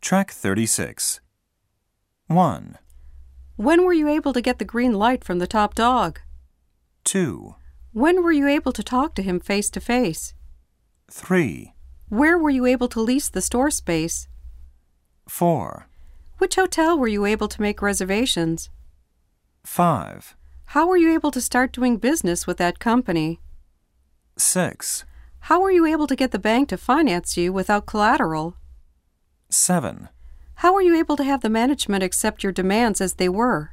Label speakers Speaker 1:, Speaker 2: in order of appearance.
Speaker 1: Track 36. 1,
Speaker 2: When were you able to get the green light from the top dog?
Speaker 1: 2,
Speaker 2: When were you able to talk to him face to face?
Speaker 1: 3,
Speaker 2: Where were you able to lease the store space?
Speaker 1: 4,
Speaker 2: Which hotel were you able to make reservations?
Speaker 1: 5,
Speaker 2: How were you able to start doing business with that company?
Speaker 1: 6,
Speaker 2: How were you able to get the bank to finance you without collateral?
Speaker 1: 7.
Speaker 2: How were you able to have the management accept your demands as they were?